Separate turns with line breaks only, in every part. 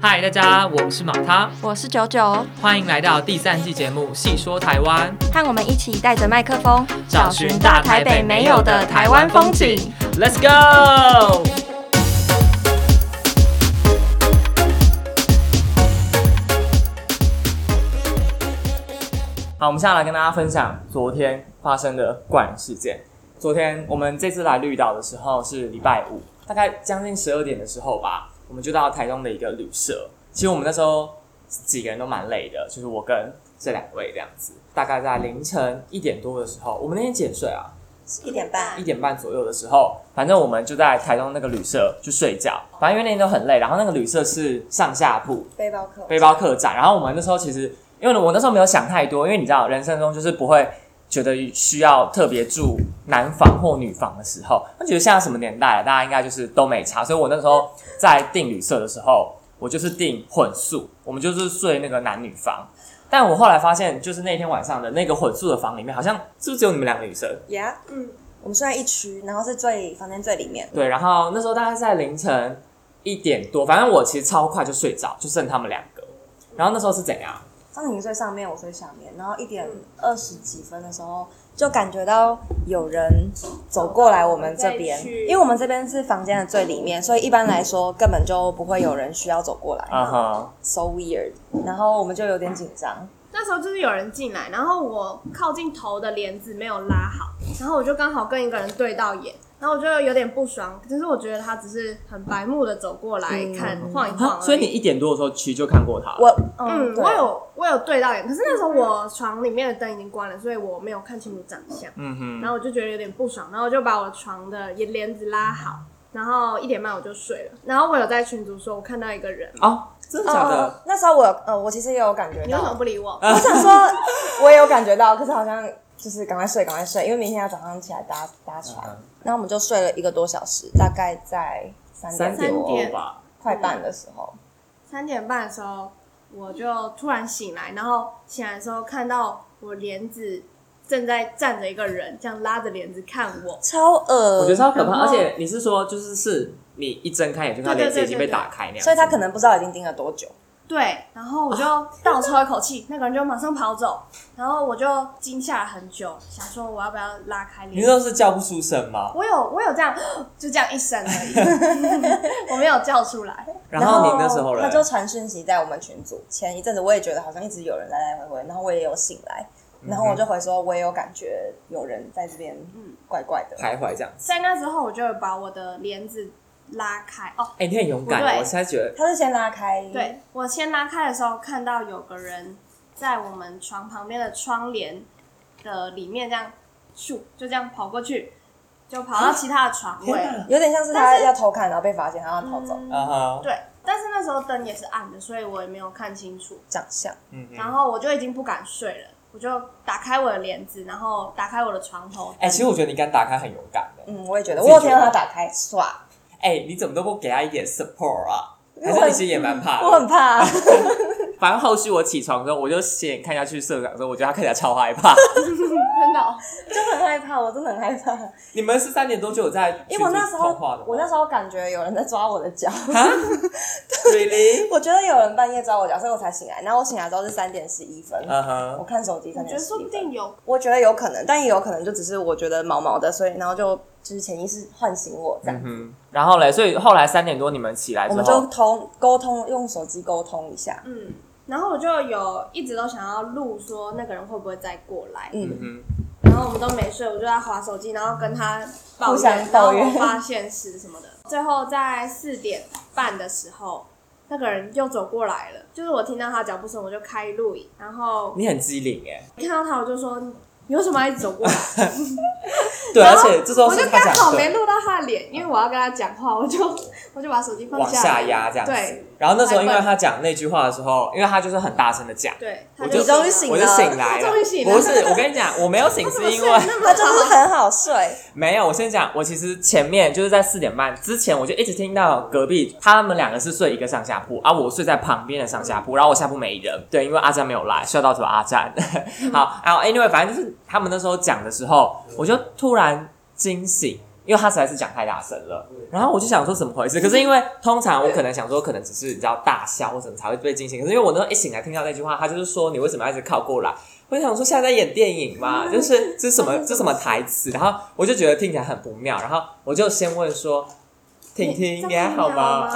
嗨，大家，我们是马他，
我是九哦九，
欢迎来到第三季节目《细说台湾》，
和我们一起带着麦克风，
找寻大台北没有的台湾风景。Let's go！好，我们现在来跟大家分享昨天发生的怪人事件。昨天我们这次来绿岛的时候是礼拜五，大概将近十二点的时候吧，我们就到台中的一个旅社。其实我们那时候几个人都蛮累的，就是我跟这两位这样子。大概在凌晨一点多的时候，我们那天几点睡啊？
一点
一
半，
点半左右的时候，反正我们就在台中那个旅社去睡觉。反正因为那天都很累，然后那个旅社是上下铺，
背包客，
背包客栈。然后我们那时候其实，因为我那时候没有想太多，因为你知道，人生中就是不会觉得需要特别住男房或女房的时候。那觉得现在什么年代了，大家应该就是都没差。所以我那时候在订旅社的时候，我就是订混宿，我们就是睡那个男女房。但我后来发现，就是那天晚上的那个混宿的房里面，好像是不是只有你们两个女生？
呀，嗯，我们睡在一区，然后是最房间最里面，
对，然后那时候大概在凌晨一点多，反正我其实超快就睡着，就剩他们两个。然后那时候是怎样？
张婷睡上面，我睡下面，然后一点二十几分的时候，就感觉到有人走过来我们这边
再，去
因为我们这边是房间的最里面，所以一般来说根本就不会有人需要走过来、
啊哈，
s o weird，然后我们就有点紧张，
那时候就是有人进来，然后我靠近头的帘子没有拉好，然后我就刚好跟一个人对到眼，然后我就有点不爽，可是我觉得他只是很白目的走过来看、晃一晃而已。
嗯所以你一点多的时候其实就看过他了。
啊我，
嗯，
对
我有我有对到眼，可是那时候我床里面的灯已经关了，所以我没有看清楚长相，
嗯
然后我就觉得有点不爽，然后我就把我床的也帘子拉好，然后一点半我就睡了。然后我有在群组说，我看到一个人，
哼，哦，真的假
哦
的？
那时候我有，呃，我其实也有感觉
你为什么
到，
不理我？
我想说，我也有感觉到，可是好像就是赶快睡，赶快睡，因为明天要早上起来搭搭船。
嗯
然后我们就睡了一个多小时，大概在三
三
点
点
多
三
多
点
吧。
快半的时候，
三点半的时候，我就突然醒来，然后醒来的时候看到我帘子正在站着一个人，这样拉着帘子看我。
超恶
我觉得超可怕，
然后
而且你是说，就是是你一睁开眼就看到
对
帘
对
子已
对
经
对
被打开那样子，
所以他可能不知道已经盯了多久。
对，然后我就倒抽一口气，那个人就马上跑走，然后我就惊吓了很久，想说我要不要拉开
你
帘
那
子。
时候是叫不出声吗？
我有我有这样， 就这样一声而已， 我没有叫出来。
然后你那时候嘞
他就传讯息在我们群组。前一阵子我也觉得好像一直有人来来回回，然后我也有醒来，
嗯
然后我就回说，我也有感觉有人在这边，怪怪的。
徘徊这样。
在那之后，我就把我的帘子拉开。哦，
哎，你很勇敢
不，对
我现在觉得
他是先拉开，
对我先拉开的时候，看到有个人在我们床旁边的窗帘的里面这样咻，就这样跑过去，就跑到其他的床位。嗯
有点像是嗯他要偷看，然后被发现，然后他逃走，
啊哈，
对，但是那时候灯也是暗的，所以我也没有看清楚。
长相。
嗯嗯。
然后我就已经不敢睡了，我就打开我的帘子，然后打开我的床头。
哎，其实我觉得你敢打开很勇敢的。
嗯，我也觉得，
自
我
己觉
有听
得
到他打开，唰，
哎，你怎么都不给他一点 support 啊？还
我
是你
很
其实也蛮怕的。
我很怕、
反正后续我起床之后，我就先看下去社长之后，我觉得他看起来超害 怕。
真的哦、
就很害怕，我真的很害 怕，
你们是三点多就有在
因为我那时
群
候
组通话的吗，
我那时候感觉有人在抓我的脚，
really，
我觉得有人半夜抓我脚，所以我才醒来。然后我醒来之后是三点十一分，
嗯哼
我，看手机三
我觉
点
得
十
说不
一分，
定有
我觉得有可能，但也有可能就只是我觉得毛毛的，所以然后就就是潜意识唤醒我这样。
嗯，然后嘞，所以后来三点多你们起来
我
之
们就
后，
通沟通，用手机沟通一下。
嗯。然后我就有一直都想要录说那个人会不会再过来，
嗯，
嗯
然后我们都没睡，我就在划手机，然后跟他抱
互相
怨，
抱怨
然后发现实什么的。最后在四点半的时候，那个人又走过来了，就是我听到他脚步声，我就开录影，然后
哼，你很机灵哎，
看到他我就说。你为什么要一直走过来？
对，
然
而
后
且这时候
我
是
就
他
刚
讲
好
的
没录到他的脸，因为我要跟他讲话，我就 我就把手机放
往
下
下
来
压这样子
对。
然后那时候因为他讲那句话的时候，因为他就是很大声的讲，
对，
我
他
就
就
你终
于醒
我
了
就醒来
他终于醒了
不是，我跟你 讲，我没有醒
他怎
是
么
因
睡
为
得
他
那么
就
好
是很 好睡，
没有，我先讲，我其实前面就是在四点半之前，我就一直听到隔壁他们两个是睡一个上下铺，啊，我睡在旁边的上下铺，然后我下铺没人，对，因为阿占没有来，睡到什么阿占，好，然后 anyway，反正就是他们那时候讲的时候，我就突然惊醒，因因为他实在是讲太大声了。然后我就想说怎么回事？可是因为通常我可能想说，可能只是你知道大笑或什么才会被惊醒。可是因为我那时候一醒来听到那句话，他就是说你为什么要一直靠过来？我就想说现在在演电影嘛，就是这是什么这是什么台词？然后我就觉得听起来很不妙，然后我就先问说。婷婷，你还好吗？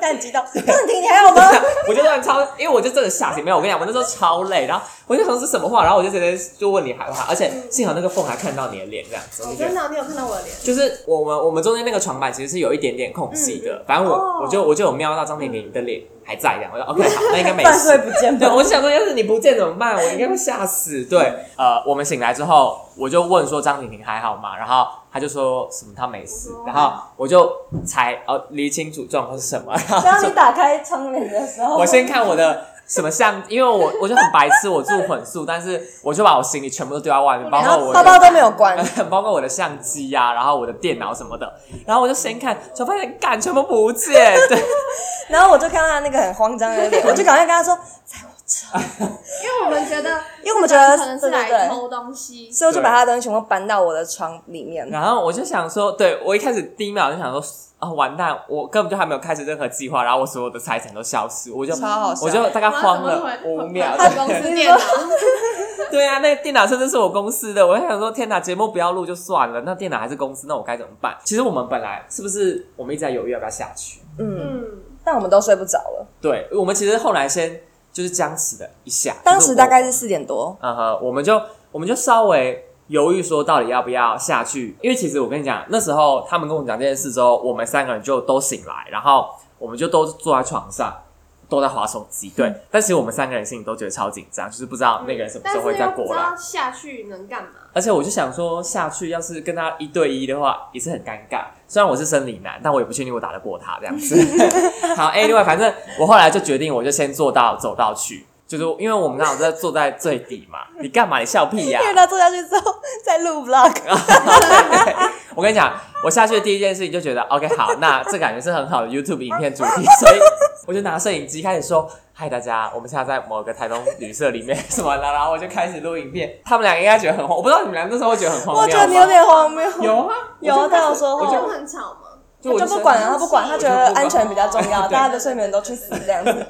但激动，问婷你还好吗？
我就乱超，因为我就真的吓醒，没有，我跟你讲，我那时候超累，然后我就想是什么话，然后我就直接就问你还好，而且幸好那个缝还看到你的脸这样子，我就觉
哦真
得。
的，你有看到我的脸？
就是我们我们中间那个床板其实是有一点点空隙的，反正我、
哦嗯
我就我就有瞄到张婷婷的脸还在这样，我就 OK 好，那应该 没
半
事
岁。不见
对，
吧？
我就想说，要是你不见怎么办？我应该会吓死。对，
嗯
呃，我们醒来之后，我就问说张婷婷还好吗？然后他就说什么他没事
我，说
然后我就才哦理清楚状况是什么，然后
当你打开窗帘的时候，
我先看我的什么相，因为我我就很白 痴，我住混宿，但是我就把我行李全部都丢在外面，包
然
括
后
我
包包
的。
都没有关，
包括我的相机呀、然后我的电脑什么的，然后我就先看，就发现干全部不 见，对，
然后我就看到他那个很慌张的 脸，我就赶快跟他说，
因为我们觉得，
因为我们觉得
可能是
对对对
来偷东西，
所以我就把他的东西全部搬到我的床里面。
然后我就想说，对我一开始第一秒就想说，啊、完蛋，我根本就还没有开始任何计划，然后我所有的财产都消失，我就
超好笑
我就大概
然后
慌
怎么
了
会
五秒，
他
对
公司电脑，
对啊，那个电脑甚至是我公司的，我还想说，天哪，节目不要录就算了，那电脑还是公司，那我该怎么办？其实我们本来是不是我们一直在犹豫要不要下去？
嗯，
嗯，
但我们都睡不着了。
对，我们其实后来先就是僵持了一下，
当时大概
就是
四点多，
我，嗯哼，我们就我们就稍微犹豫说到底要不要下去，因为其实我跟你讲，那时候他们跟我讲这件事之后，我们三个人就都醒来，然后我们就都坐在床上。都在划手机，
嗯
对，但其实我们三个人心里都觉得超紧张，就是不知道那个人什么
但
时
是
候会再
又
过
不知
来。
道下去能干嘛。
而且我就想说，下去要是跟他一对一的话，也是很尴尬。虽然我是生理男，但我也不确定我打得过他这样子。好，anyway，反正我后来就决定，我就先坐到走道去，就是因为我们刚好在坐在最底嘛。你干嘛？你笑屁呀、
因为他坐下去之后再 录 vlog，
我跟你讲，我下去的第一件事情就觉得 OK，好，那这感觉是很好的 YouTube 影片主题，所以我就拿摄影机开始说：“嗨，大家，我们现在在某个台东旅社里面什么啦，然后我就开始录影片。他们俩应该觉得很慌，我不知道你们俩那时候会觉得很慌
我
谬
觉得
吗
你有点荒谬。
有啊，
有
我就
他有说
我
话
我
就
就很吵嘛，
就我
他
就
就不管
生
了，他不管，他觉
啊我就
得
不管
安全比较重要，
对
大家的睡眠都去死这样子。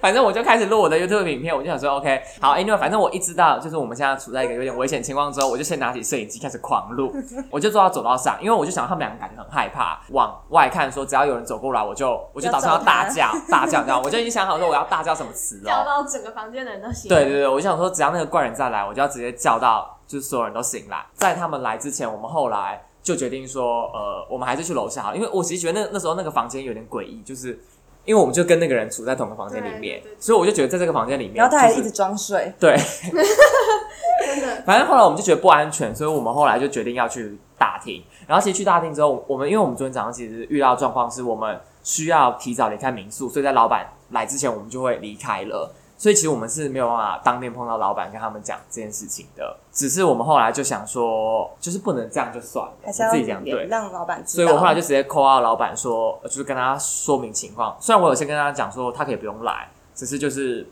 反正我就开始录我的 YouTube 影片，我就想说 OK，好，Anyway，反正我一知道就是我们现在处在一个有点危险情况之后，我就先拿起摄影机开始狂 录，我就坐到走道上，因为我就想他们两个感觉很害怕，往外看说只要有人走过来，我就我就打算要大叫大叫，你知道吗，我就已经想好说我要大叫什么 词哦
叫
了。
到整个房间的人都醒。
对对，对，我就想说只要那个怪人再来，我就要直接叫到就是所有人都醒来。在他们来之前，我们后来就决定说，呃，我们还是去楼下好了，因为我其实觉得那那时候那个房间有点诡异，就是。因为我们就跟那个人处在同个房间里面，
对对对
所以我就觉得在这个房间里面，
然后他还
就是
一直装睡，
对，
真的
反正后来我们就觉得不安全，所以我们后来就决定要去大厅。然后其实去大厅之后，我们因为我们昨天早上其实遇到的状况是我们需要提早离开民宿，所以在老板来之前我们就会离开了。所以其实我们是没有办法当面碰到老板跟他们讲这件事情的，只是我们后来就想说，就是不能这样就算了，
还是要
自己讲对。
让老板
所
知
以
道。
我后来就直接 call out 老板说，呃就是跟他说明情况。虽然我有先跟他讲说他可以不用来，只是就是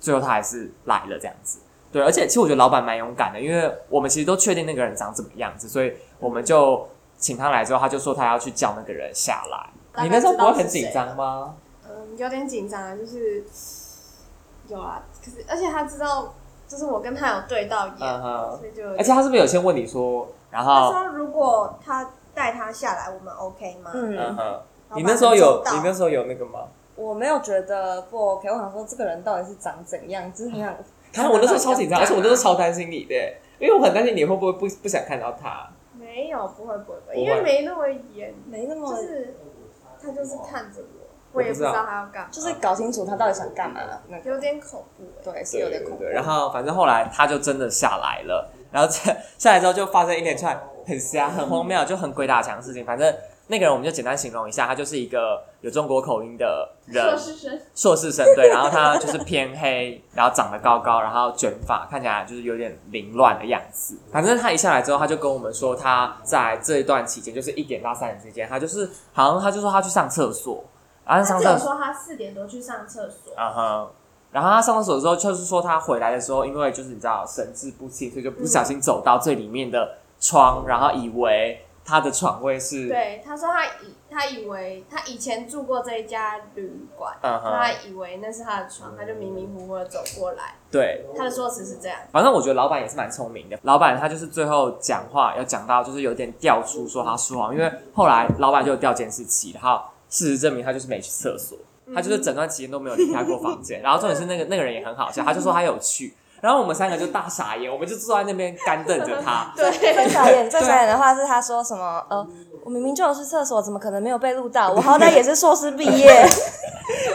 最后他还是来了这样子。对，而且其实我觉得老板蛮勇敢的，因为我们其实都确定那个人长怎么样子，所以我们就请他来之后，他就说他要去叫那个人下来。
大概
你那时候不会
知
很
道是谁
紧张吗？
嗯，有点紧张啊，就是有啊，可是而且他知道，就是我跟他有对到
嗯
眼，
哼。
所以就
而且他是哦不是有先问你说，然
他
后
说如果他带他下来，我们 OK 吗？
嗯
嗯，
哼，
老板
你那时候有
很周到
你那时候有那个吗？
我没有觉得不 OK，我想说这个人到底是长怎样，就是很想。
然后我那时候超紧张，而
看
且
到
我
底
那时候超担心你的，因为我很担心你会不会不不想看到他。
没有，不会不会，不会
不会
因为没那么严，
没那么
就是他就是看着我，
我不知道
我也不知道他要干嘛，
就是搞清楚他到底想干嘛。那个
有点恐怖欸。
对是
对
有
对
点恐
对对，
怖。
然后反正后来他就真的下来了， 然后这下来之后就发生一连串很瞎、很荒谬、就很鬼打墙的事情。反正那个人我们就简单形容一下，他就是一个有中国口音的人
硕，士生，
硕士生对，然后他就是偏黑，然后长得高高，然后卷发，看起来就是有点凌乱的样子。反正他一下来之后，他就跟我们说，他在这一段期间，就是一点到三点之间，他就是好像他就说他去上厕所，然后
他
上
只
厕
有
所。
说他四点多去上厕所，
啊哈。然后他上厕所的时候，就是说他回来的时候，因为就是你知道神志不清，所以就不小心走到最里面的窗，然后以为他的床位是，
对，他说他以他以为他以前住过这一家旅馆，
嗯哼
他以为那是他的床，他就迷迷糊糊的走过来。
对，
嗯
他的说辞是这样，。
反正我觉得老板也是蛮聪明的，老板他就是最后讲话有讲到，就是有点调出说他说谎，因为后来老板就有调监视器，然后事实证明他就是没去厕所，他就是整段期间都没有离开过房间。然后重点是那个那个人也很好笑，他就说他有去，然后我们三个就大傻眼，我们就坐在那边干瞪着他
对，
最傻眼， 最傻眼的话是他说什么？呃，我明明就有去厕所，怎么可能没有被录到？我好歹也是硕士毕业。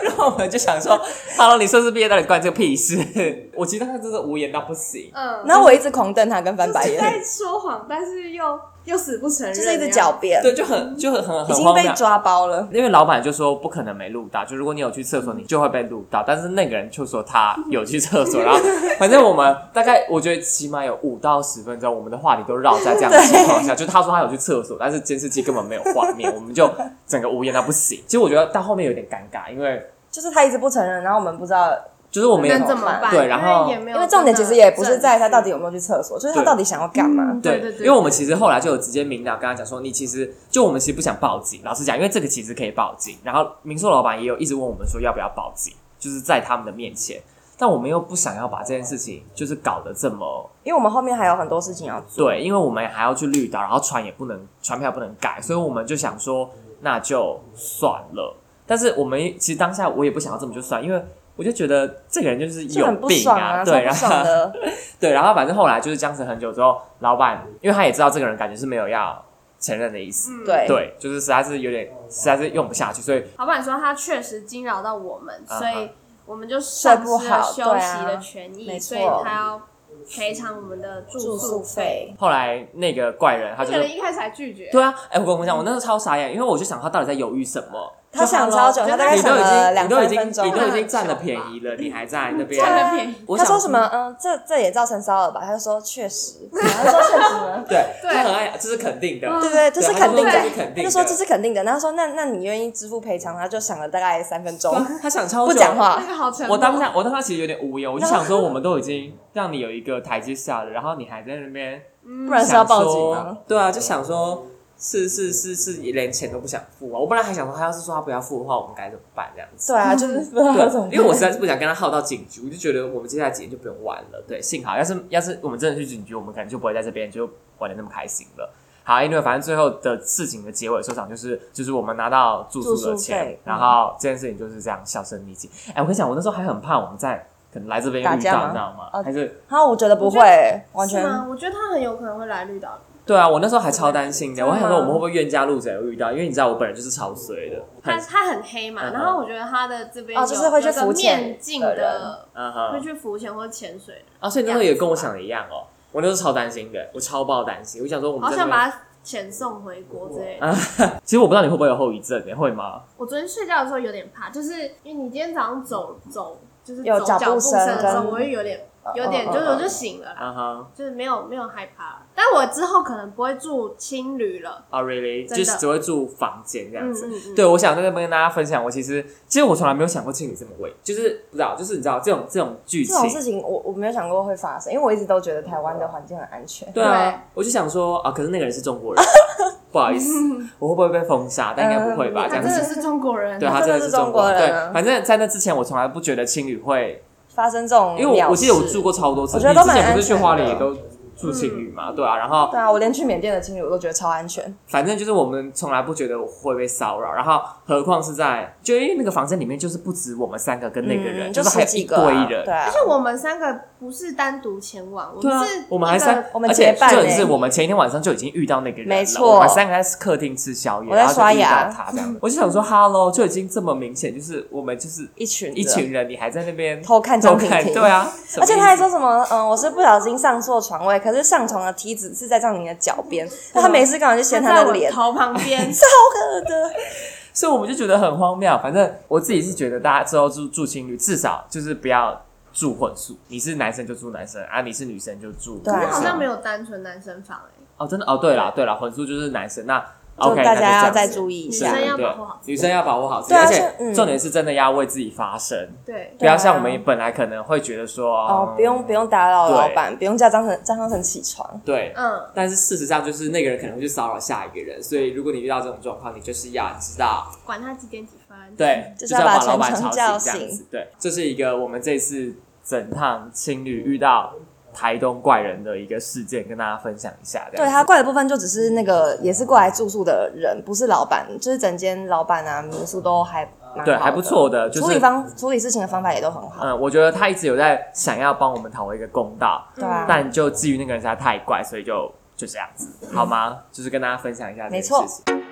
然后我们就想说，Hello，你硕士毕业到底关这个屁事？ 我其实他真的无言到不行。
嗯，
然后我一直狂瞪他跟翻白
就是
眼，
在说谎，但是又又死不承认，
就是一直狡辩，
对，就很就很很
已
很
经
荒
被
谬。
抓包了。
因为老板就说不可能没录到，就如果你有去厕所，你就会被录到。但是那个人就说他有去厕所，然后反正我们大概我觉得起码有五到十分钟，我们的话题都绕在这样的情况下，就他说他有去厕所，但是监视器根本没有画面，我们就整个无言到不行。其实我觉得到后面有点尴尬，因为
就是他一直不承认，然后我们不知道，
就是我们也
那怎么办？
对，然后
因为也没有
因为重点其实也不是嗯在他到底
有
有没有去厕所，就是他
对
到底想要干嘛。
对
对对对
因为我们其实后来就有直接明了跟他讲说，你其实就我们其实不想报警，老实讲，因为这个其实可以报警。然后民宿老板也有一直问我们说要不要报警，就是在他们的面前，但我们又不想要把这件事情就是搞得这么
因为我们后面还有很多事情啊要做，
对，因为我们还要去绿岛，然后船也不能船票不能改，所以我们就想说那就算了。但是我们其实当下我也不想要这么就算，因为我就觉得这个人就是
就
有
很不
病
爽啊，超
对，
不
然后
爽 的。
对，然后反正后来就是僵持很久之后，老板因为他也知道这个人感觉是没有要承认的意思，
嗯
对
对，就是实在是有点实在是用不下去，所以
老板说他确实惊扰到我们，
嗯
所以我们就丧
睡不
失了
好
休
对啊
息的权益，
没错
所以他要赔偿我们的住宿。
费，
后来那个怪人他
那
就
个人
是。
一开始还拒绝，
对啊，哎、我跟我讲，我那时候超傻眼，因为我就想他到底在犹豫什么。
他
就
想
“Hello，
超久，
就
他大
他
概
你
想
都已
了
经，
两
你都已
三
经，
分钟
你都已
吧。
经占了便宜了，你还在那边。
啊
占了便宜
我
嗯他
想
说什么？？嗯，这这也造成骚扰吧？他就说确 实，然后他说确实吗？
对，
对
他很爱，这是肯定的。
嗯
对对，这是肯定
对
的
他说这是肯定，的
他就说这是肯定的。然后他说那那你愿意支付赔偿？他就想了大概三 分钟，
他想超久
不讲话
那。个好沉默。
我当下，我当下其实有点无言，我就想说，我们都已经让你有一个台阶下了，然后你还在那 边
不然是要报警
嗯想
吗
说？对啊，就想说，是是是是，连钱都不想付啊！我本来还想说，他要是说他不要付的话，我们该怎么办这样子？
对 啊，就是不知道怎么办，
因为我实在是不想跟他耗到警局，我就觉得我们接下来几天就不用玩了。对，幸好要是要是我们真的去警局，我们可能就不会在这边就玩的那么开心了。好，因为反正最后的事情的结尾收场就是，就是我们拿到住宿的
住宿
钱
费，
然后这件事情就是这样销声匿迹。哎、我跟你讲，我那时候还很怕我们在可能来这边遇到，
打
你知
架吗
道吗？
哦
还是
然后我觉得不会，完全
是吗？我觉得他很有可能会来绿岛。
对啊，我那时候还超担心的，
的
我
吗
还想说我们会不会冤家路窄又遇到，因为你知道我本人就是超衰的，
他
很
他很黑嘛，
嗯哼
然后我觉得他的这边
哦
有
就是会去
有一个
浮潜
面镜
的人
的，
嗯
会
哼
去浮潜或潜水的，
啊，所以你那时候也跟我想的一样哦，我那时候超担心的，我超爆担心，我想说我们
好
在那
想
边嗯
把他遣送回国之类的。
其实我不知道你会不会有后遗症、欸，会吗？
我昨天睡觉的时候有点怕，就是因为你今天早上走走，就是
有
走
脚步
脚步
声
的时候，
跟
我会有点有点，
嗯嗯
就是
嗯
我就醒了啦，
啊哈，
就是没有没有害怕了。但我之后可能不会住青旅了，
啊，really，
真
就
的
是只会住房间这样
嗯
子。
嗯嗯，
对，我想在这边跟大家分享，我其实其实我从来没有想过庆女这么味，就是不知道，就是你知道这种这种剧
这
情，
种事情我我没有想过会发生，因为我一直都觉得台湾的环境很安全。
对啊，
对
我就想说啊，可是那个人是中国人， 不好意思，我会不会被封杀？但应该不会吧，
嗯
这
嗯他
样
真的
子。
是中国人，
对他
真的
的
是
中
中国人啊
对，反正在那之前，我从来不觉得青旅会，
发生这种，
因为我我记得我住，过超多次，
哦我觉得
你
都
之
蛮
前不是去
安全的
花莲也都住青旅嘛，对啊，然后
对啊，我连去缅甸的青旅我都觉得超安全。
反正就是我们从来不觉得我会被骚扰，然后何况是在就因为那个房间里面就是不止我们三个跟那个人，
嗯
就
就是
还
十
有一
几
堆
个啊，
人。
对啊
而，且我们三个不是单独前往，我
对啊
们是，
我们还
一个
三，
我们
而且
结伴
重
欸
点是我们前一天晚上就已经遇到那个人了，
没错
我们三个在客厅吃宵夜，
我在
然后就
刷
遇
牙
到他这样子，我就想说，Hello，就已经这么明显，就是我们就是
一群人
一群人，你还在那边
偷看
偷
张婷
看，
婷，
对啊，什么
而且
意思
他还说什么，嗯，我是不小心上错床位，可是上床的梯子是在张婷的脚边，
啊
那他每次干嘛就
他
掀
在
他
我
的脸，超
头旁边，
恶的。
所以我们就觉得很荒谬。反正我自己是觉得，大家之后住住情侣，至少就是不要住混宿。你是男生就住男生啊，你是女生就住女生。
对啊
好像没有单纯男生房哎，
哦，真的哦，对啦对啦，混宿就是男生，那
就
OK，
大家要再
在
注意一
女
下
生。要
啊对
保护好，自己。
女生要保护好自己，
对啊
而
像
且
嗯
重点是真的要为自己发声，
对，
不
对
要
啊
像我们本来可能会觉得说
哦，不用不，用打扰
对
老板，不用叫张成张康成起床。
对，
嗯，
但是事实上就是那个人可能会去骚扰下一个人，所以如果你遇到这种状况，你就是要知道，
管他几点几分，，啊
对，
就是是
要
嗯要把
老板
全
吵
场
醒
叫
这样子
醒，
对，这是一个我们这次整趟青旅遇到台东怪人的一个事件，跟大家分享一下，这样
对他怪的部分就只是那个也是过来住宿的人，不是老板，就是整间老板啊民宿都还蛮好的
对还不错的，就
处理
是。
方处理事情的方法也都很好。
嗯，我觉得他一直有在想要帮我们讨回一个公道，
对啊，
但就至于那个人实在太怪，所以就就这样子，好吗？就是跟大家分享一下这件
没
事情。
错
没错。